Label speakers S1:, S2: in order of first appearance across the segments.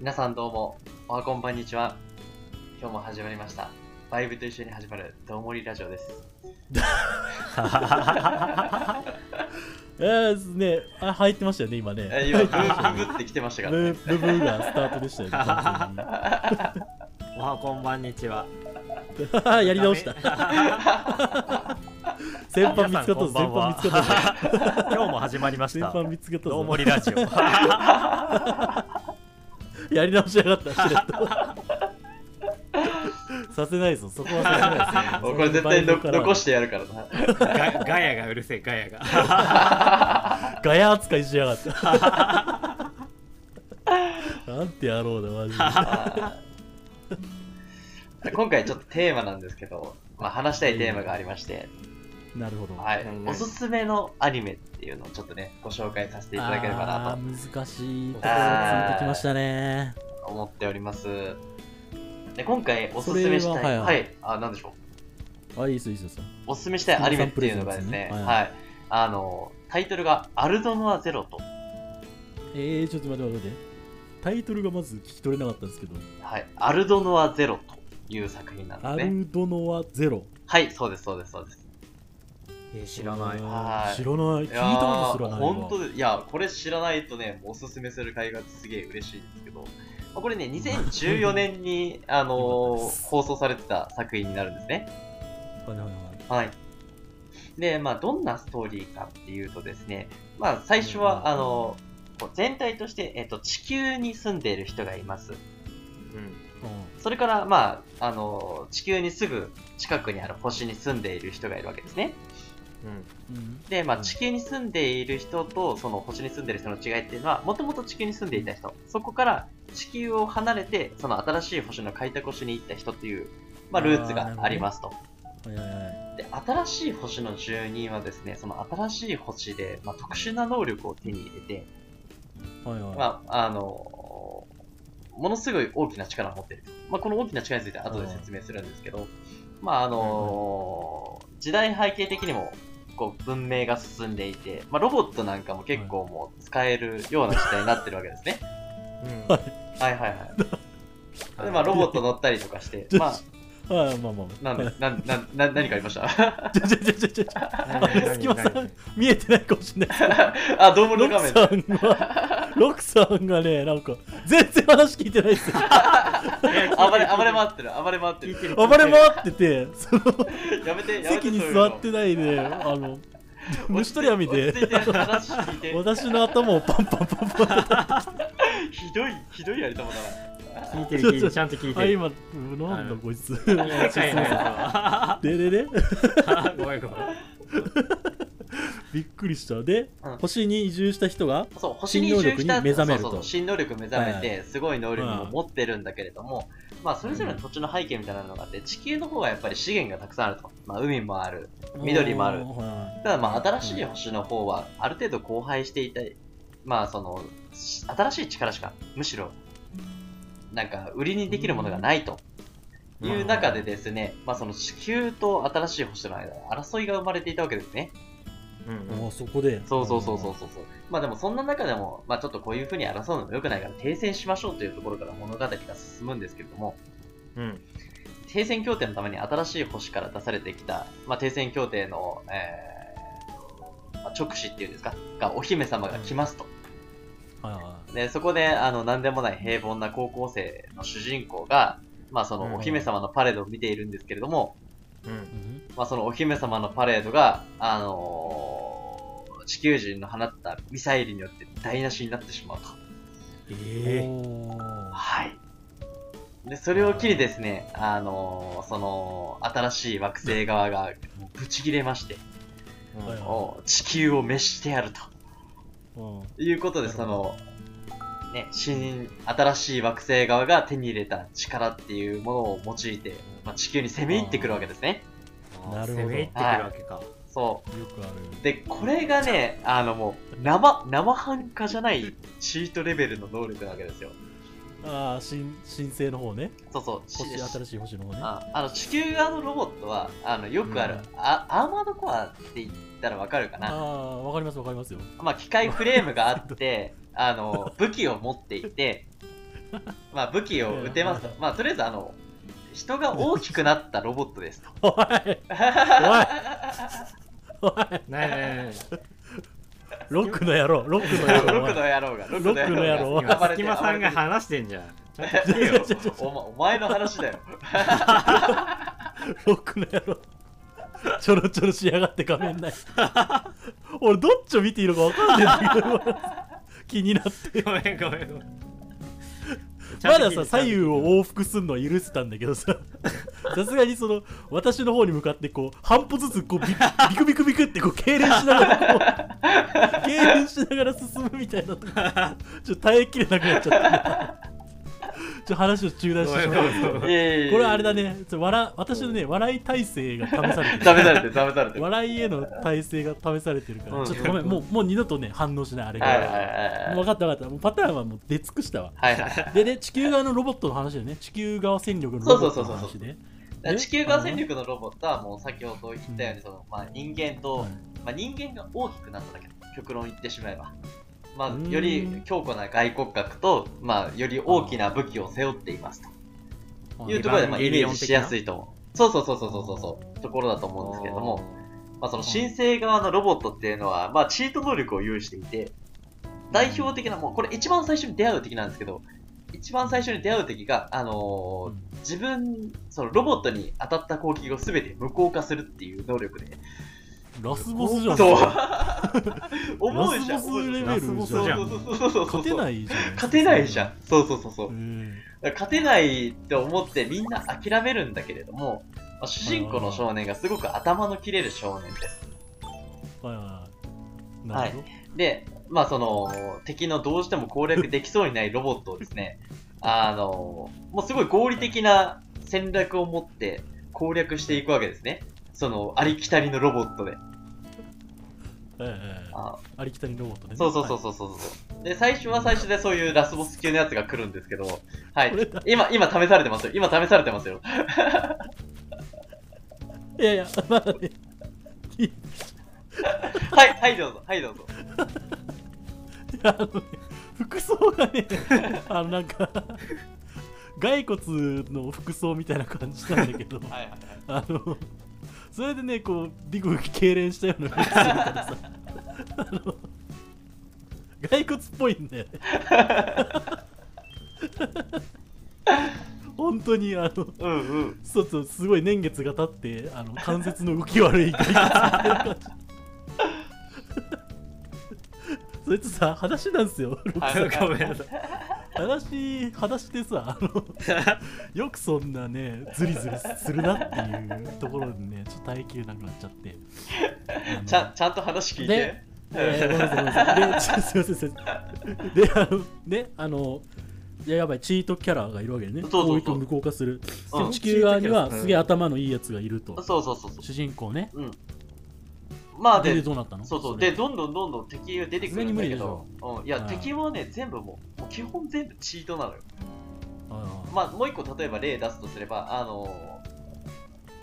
S1: 皆さんどうも、おはこんばんにちは。今日も始まりました。バイブと一緒に始まる、どうもりラジオです。
S2: えー、ねあ入ってましたよね今ね
S1: え今、ブーブーブーって来てましたからね。
S2: ブブブーがスタート でしたよね完
S3: おはこんばんにちは。
S2: 全に やり直した先般見つかったぞ先
S3: 皆さんこんばん
S2: 般見
S3: は
S2: つかったぞ
S3: 今日も始まりまし
S2: 先
S3: た。
S2: 般見つかった
S3: どうも
S2: ぞ
S3: りラ ジオ。
S2: やり直しやがったしれ っとさせないぞそこは させないぞ
S1: もうこれ絶対の
S2: そのバイブからは
S1: 残してやるからな。
S3: ガガヤがうるせえ、ガヤが。
S2: ガヤ扱いしやがった なんて野郎だマジで
S1: あー今回ちょっとテーマなんですけど、まあ、話したいテーマがありまして、
S2: なるほど
S1: はい
S3: うん、
S1: おすすめのアニメっていうのをちょっとね、ご紹介させていただければ
S2: あ
S1: な
S2: ー難しいところをついてきましたね
S1: と思っております。で今回おすすめしたい、
S2: それは
S1: は
S2: はいはい
S1: い、あ、なんでしょう。
S2: あいいですよいいですよ
S1: おすすめしたいアニメっていうのがですね、
S2: ス
S1: はい、
S2: キルさんプレゼンツねはい
S1: あの、タイトルがアルドノアゼロと、
S2: えー、ちょっと待って待って待ってタイトルがまず聞き取れなかったんですけど、
S1: はい、アルドノアゼロという作品なんで
S2: ア
S1: すね。
S2: ルドノはゼロ
S1: はい、そうです、そうです、そうです。
S3: 知らない。
S2: あ
S1: はい
S2: ー知らない聞いたことすらないわ
S1: 本当でいや、これ知らないとね、もうおすすめする会がすげえ嬉しいんですけど、まあこれね、2014年 に、あの
S2: よかったです
S1: 放送されてた作品になるんですね。
S2: はいはいは
S1: は
S2: い
S1: い。で、まあ、どんなストーリーかっていうとですね、まあ、最初
S2: う
S1: は、
S2: ん
S1: あのこう全体として、えっと、地球に住んでいる人がいます。
S3: うん。
S1: それから、まあ、あの地球にすぐ近くにある星に住んでいる人がいるわけですね。
S2: うん
S1: で、まあ、
S2: うん
S1: 地球に住んでいる人とその星に住んでいる人の違いっていうのは、もともと地球に住んでいた人、そこから地球を離れて、その新しい星の開拓をしに行った人っていう、まあ、ルーツがありますと。
S2: はいはいはい
S1: で、新しい星の住人はですね、その新しい星で、まあ、特殊な能力を手に入れて、
S2: はいはい
S1: まあ、あのものすごい大きな力を持っていると。まあ、この大きな力については後で説明するんですけど、まあ、あの時代背景的にも、こう、文明が進んでいて、まあ、ロボットなんかも結構もう使えるような時代になってるわけです ね。
S3: うん。
S1: はいはいはい。で、 まあ、ロボット乗ったりとかして、
S2: ちょ
S1: まあ、
S2: はいまあまあまあ
S1: なんで、なん、なん、なん何かありました
S2: ちょちょちょちょちょちょ隙間さん見えてないかもしれない
S1: あ、ドーム
S2: ロ
S1: の
S2: ク
S1: 画面
S2: さ。んがロクさんがねなんか全然話聞いてな いですよ
S1: 暴れ、暴れ回ってる、暴れ回って
S3: 聞い
S1: る。
S3: て る。
S2: 暴れ回っててその
S1: やめて、やめて。
S2: 席に
S1: そういう
S2: 座
S1: の
S2: ってないであの虫取り網
S1: 落ち
S2: で
S1: 着いて 話聞いて。
S2: 私の頭をパンパンパンパン
S1: ひどい、ひどいやりたもだな。
S3: 聞いてる、聞いてるちゃんと聞い
S2: あ
S3: てる。
S2: 今なんだこいつ
S3: は
S2: ででで
S3: い、ごめんごめん。
S2: びっくりしたで、
S1: うん
S2: 星に移住した人が
S1: そう、星に移住した
S2: 新能力に目覚めると
S1: そうそうそう新能力目覚め
S2: は
S1: て、すごい能力も持ってるんだけれども、まあ、それぞれの土地の背景みたいなのがあって、地球の方がやっぱり資源がたくさんあると。まあ、海もある。緑もある
S2: おーはい
S1: ただ、まあ、新しい星の方は、ある程度荒廃していたり、まあ、その、し新しい力しか、むしろ、なんか、売りにできるものがないと。いう中でですね、まあその地球と新しい星との間で争いが生まれていたわけですね。
S3: うん
S2: あーそこで
S1: そうそうそうそうそうそう。まあでもそんな中でも、まあちょっとこういう風に争うのも良くないから停戦しましょうというところから物語が進むんですけれども、
S3: うん。
S1: 停戦協定のために新しい星から出されてきた、まあ停戦協定の、えーまあ直視っていうんですか、がお姫様が来ますと。
S2: はいはいは
S1: で、そこで、あの、なんでもない平凡な高校生の主人公が、まあそのお姫様のパレードを見ているんですけれども、
S3: うん
S2: いうん
S1: まあ、そのお姫様のパレードが、あのー地球人の放ったミサイルによって台無しになってしまうと。
S3: ええ。
S2: おー
S1: はい。で、それを機にですね、あのーその、新しい惑星側がぶち切れまして、おう地球を召してやると
S2: うん
S1: いうことで、その、ね、新、新しい惑星側が手に入れた力っていうものを用いて、まあ、地球に攻め入ってくるわけですね。
S2: なるほど
S3: 攻め入ってくるわけか。
S1: そう。
S2: よくある
S1: で、これがね、あのもう、生、生半可じゃないチートレベルの能力なわけですよ。
S2: ああ新新生の方ね
S1: そうそう、ち
S2: 星新しい星の方ね
S1: ああの地球側のロボットは、あのよくある、
S2: うん
S1: あアーマードコアって言ったらわかるかな。
S2: あーわかりま すわかりますよ
S1: まあ、機械フレームがあって、あの、武器を持っていて、まあ、武器を撃てますと。まあ、とりあえず、あの、人が大きくなったロボット ですと。
S2: おいおい
S3: ないないない。
S2: ロックの野郎ロックの
S1: ロ
S2: 野郎お
S1: ック
S2: い
S1: の野郎が、ロ
S2: ックの野郎
S1: ロックの野
S3: 今、
S1: が
S3: 隙間さんが話してんじゃん。ちゃんと聞けよ
S1: お前お前の話だよ。
S2: ロックの野郎ちょろちょろしやがって画面内俺どっちを見ていいのか分かんないんだけど気にな って
S3: ごめんごめんごめん。
S2: まださ左右を往復すんのは許せたんだけどささすがにその私の方に向かってこう半歩ずつこうビビクビクビクってこう痙攣しながらこう痙攣しながら進むみたいなとこちょっと耐えきれなくなっちゃったちょっと話を中断してしまった
S3: ごめんごめんごめん
S1: いやいやいや
S2: これはあれだねちょ笑私のね笑い体制が試されて
S1: ダメされてる、ダメされてる。
S2: 笑いへの体制が試されてるから、
S1: うん
S2: ちょっとごめんもうもう二度とね反応しないあれが、
S1: はいはいはいは
S2: 分
S1: い。
S2: かった分かったもうパターンはもう出尽くしたわ
S1: はいはい
S2: でね地球側のロボットの話だよね地球側戦力のロボットの話ね
S1: だか
S2: え
S1: ら地球側戦力のロボットはもう先ほど言ったようにその、まあ、人間と、まあ、人間が大きくなっただけ極論言ってしまえば、ま
S2: うん
S1: あ、より強固な外骨格と、まあ、より大きな武器を背負っていますというところで、まあ、
S3: エヴァ
S1: イ
S3: ンゲ
S1: メ
S3: リオ
S1: ー
S3: ン的
S1: ジ
S3: な
S1: しやすいと思うそうそうそうそうそうそうところだと思うんですけれども、まあ、その新生側のロボットっていうのは、まあ、チート能力を有していて代表的なもうこれ一番最初に出会う敵なんですけど一番最初に出会う敵が、あのー自分そのロボットに当たった攻撃を全て無効化するっていう能力で
S2: ラスボスじゃん
S1: そう
S2: 勝
S1: 思うじゃん
S2: ラスボスレベルじゃん
S1: ラスボスじゃん
S3: そう
S1: そうそうそうそう
S2: てないじゃん
S1: 勝てないじゃんそうそうそうそううんだから勝てないって思ってみんな諦めるんだけれどもまあ主人公の少年がすごく頭の切れる少年です
S2: はいはいなるほど、
S1: で、まあその、敵のどうしても攻略できそうにないロボットをですね、あの、もうすごい合理的な戦略を持って攻略していくわけですね。その、ありきたりのロボットで。
S2: ええええ
S1: あ
S2: ありきたりロボットでね
S1: そうそうそうそうそうそう。で、最初は最初でそういうラスボス級のやつが来るんですけど、は
S2: こ
S1: い。
S2: れだ
S1: 今、今試されてますよ。今試されてますよ。
S2: いやいやまだね
S1: はい、はい、どうぞ。はい、どうぞ。
S2: いやあのね服装がね あのなんか骸骨の服装みたいな感じなんだけど
S1: はい、はい、はい。
S2: あのそれでねこうビクビク痙攣したような服するからさあの骸骨っぽいんだよね本当にあの
S1: うんうん。
S2: そうそうすごい年月が経ってあの関節の動き悪い骸骨みたいな感じそいつ さ裸足なんですよ
S1: はい
S3: そう ごめんなさい。
S2: 裸足裸足でさあ のよくそんなねズリズリするなっていうところでねちょっと耐えきれなくなっちゃってあの
S1: ちゃん、ちゃんと話聞いて
S2: で。えーごめんなさいごめんなさいでちょすいま せんすいませんであのねあのいややばいチートキャラがいるわけね
S1: そうそうそう
S2: 攻撃を無効化するで
S1: うん
S2: 地球側には
S3: うん
S2: すげえ頭のいいやつがいると
S1: そうそうそうそう。
S2: 主人公ね
S1: まあ、
S2: で
S1: で、
S2: どうなったの
S1: そうそう。
S2: れ
S1: で、どんどんどんどん敵が出てくるんだけど、うん、いや、
S2: うん
S1: 敵はね、全部もう、もう基本全部チートなのよ。
S2: ああ
S1: まあ、もう一個、例えば例出すとすれば、あのー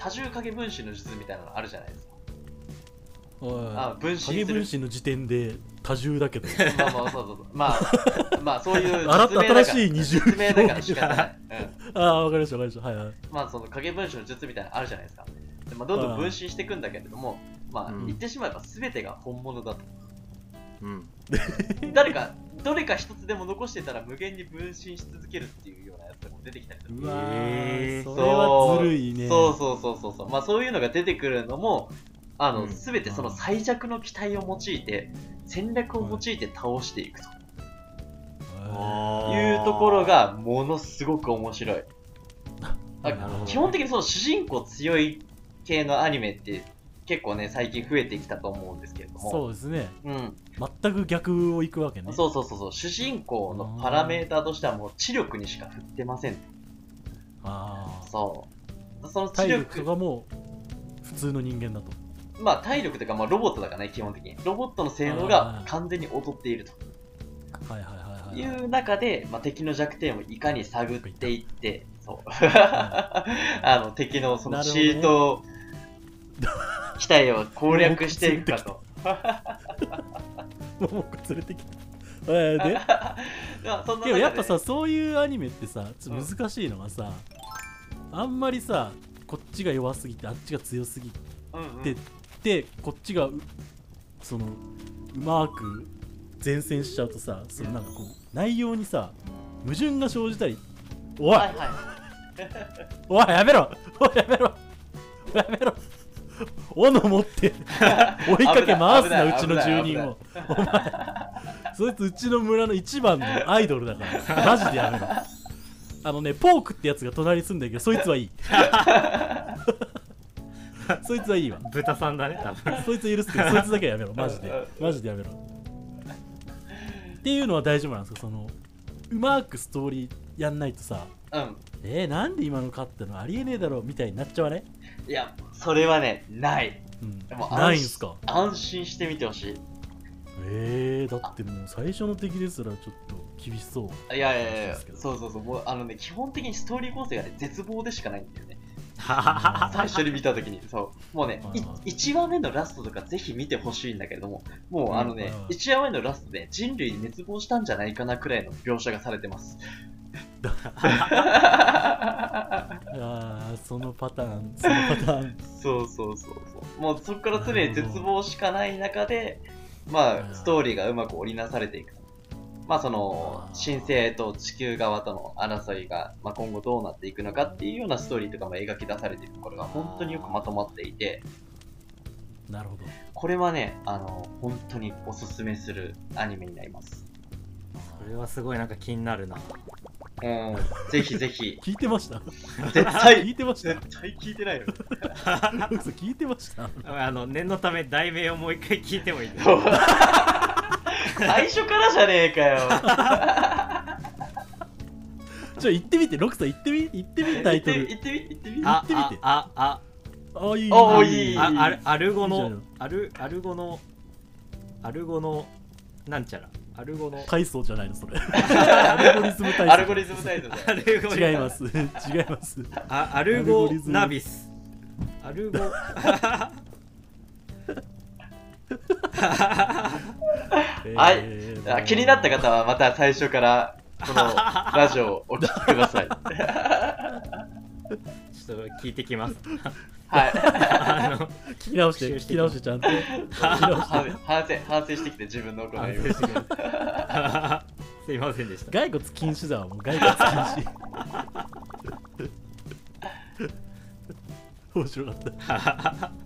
S1: 多重影分子の術みたいなのあるじゃないですか。あ
S2: あ
S1: 分子す
S2: 影分
S1: る。
S2: 子の時点で多 重だけど
S1: まあまあ、そうそうそう。まあ、まあ、そう いう
S2: あ
S1: だ
S2: ら
S1: から
S2: 新しい二重
S1: 説明だから仕方ない。うん
S2: ああわかりましたわかりましたはいはい
S1: まあ、その影分子の術みたいなのあるじゃないですか。でまあ、どんどん分身していくんだけれども、まあ
S3: う、ん
S1: 言ってしまえば全てが本物だと。
S3: うん。
S1: 誰か、どれか一つでも残してたら無限に分身し続けるっていうようなやつも出てきたりする。
S2: うわー、
S3: え
S2: そ
S3: ー
S2: れはずるいね
S1: そうそうそうそうそう。まあそういうのが出てくるのも、あ
S3: う
S1: の、
S3: ん
S1: すべてその最弱の機体を用いて、戦略を用いて倒していくと
S2: あ
S1: いうところ。が、ものすごく面白い。
S2: ー
S1: あ
S2: なるほど
S1: 基本的にその主人公強い系のアニメって、結構ね、最近増えてきたと思うんですけれども。
S2: そうですね
S1: うん。
S2: 全く逆を行くわけね
S1: そうそうそうそう。主人公のパラメーターとしてはもう知力にしか振ってません。
S2: ああ
S1: そう。その知
S2: 体
S1: 力
S2: 力とかも普通の人間だと
S1: まあ体力というか、まあ、ロボットだからね、基本的に。ロボットの性能が完全に劣っていると
S2: はいはいはいはい
S1: い
S2: はいう
S1: 中で、まあ、敵の弱点をいかに探っていって、そう。あの、敵のその
S2: なるほ
S1: チ
S2: ど
S1: ー
S2: ね
S1: ト機 体を攻略していくかと。
S2: もう僕連れてきたえーで
S1: いやそんな中
S2: で
S1: で
S2: も
S1: ね
S2: やっぱさそういうアニメってさちょっ
S1: うん
S2: と難しいのはさ、あんまりさこっちが弱すぎてあっちが強すぎ
S1: うんうん
S2: てでこっちがうそのうまく前線しちゃうとさそのなんかこう内容にさ矛盾が生じたりおい
S1: はいは
S2: おいやめろおいやめろおいやめろ斧持って 追いかけ回すな
S1: 危ないう
S2: ちの住人をお前そいつうちの村の一番のアイドルだからマジでやめろあのねポークってやつが隣に住んだけどそいつは いいそいつはいいわ
S3: 豚さんだね、多 分。
S2: そいつ許すけどそいつだけはやめろマジでマジでやめろっていうのは大丈夫なんですかそのうまくストーリーやんないとさ
S1: いうん
S2: えー、なんで今の勝ったのありえねえだろみたいになっちゃわね
S1: いやそれはねない
S2: うん
S1: もう安心
S2: ないんすか
S1: 安心して見てほし
S2: えー、だってもう最初の敵ですらちょっと厳 しそう
S1: いいやいやいやいや
S2: そうですけど
S1: そうそうそうもうあのね基本的にストーリー構成がね絶望でしかないんだよね
S2: あ
S1: 最初に見た時にそうもうね
S2: はいはい
S1: 1話目のラストとかぜひ見てほしいんだけれどももうあの
S2: うん
S1: ね
S2: うん
S1: 1話目のラストで人類に滅亡したんじゃないかなくらいの描写がされてます
S2: あーそのパターンそのパターン
S1: そうそうそうそうもうそこから常に絶望しかない中でまあストーリーがうまく織りなされていくまあその
S2: あー
S1: 神聖と地球側との争いが、まあ、今後どうなっていくのかっていうようなストーリーとかも描き出されているこれが本当によくまとまっていて
S2: なるほど
S1: これはね、あの、本当におすすめするアニメになります。
S3: これはすごいなんか気になるな。
S1: うん。ぜひぜ ひ。
S2: 聞いてました
S1: 絶
S2: 聞
S1: 対
S2: いて ました
S1: 対聞いてないよ。
S2: 嘘聞いてました
S3: あの、念のため題名をもう一回聞いてもいいですか
S1: 最初からじゃねえかよ。
S2: ちょ行ってみてロクさん行ってみ行ってみタイトル
S1: 行ってみ、行ってみ。
S2: あ
S1: あ、
S2: 言ってみて
S3: あ、
S2: あ
S3: あ、
S2: いい
S1: おーいい
S3: あ、あ、あるアルゴ
S2: いいじゃ
S3: の
S2: ん、
S3: アル、アルゴの、アルゴの、なんちゃら、アルゴの、
S2: 体操じゃないの それアルゴリズム体操
S1: アルゴリズムタイトルだよ。
S3: アルゴ
S2: 違います違います
S3: あアルゴナビス。アルゴ、
S1: はい
S2: えー
S1: あ気になった方はまた最初から、こ のラジオをお聞きください。
S3: ちょっと聞いてき ます。
S1: はい。
S3: あの、
S2: 聞き直して聞き直してちゃんと聞き直して
S1: 反反省、反省してきて自分の行いを。
S3: すい ませんでした。
S2: 骸骨禁止だわもう骸骨禁止面白かった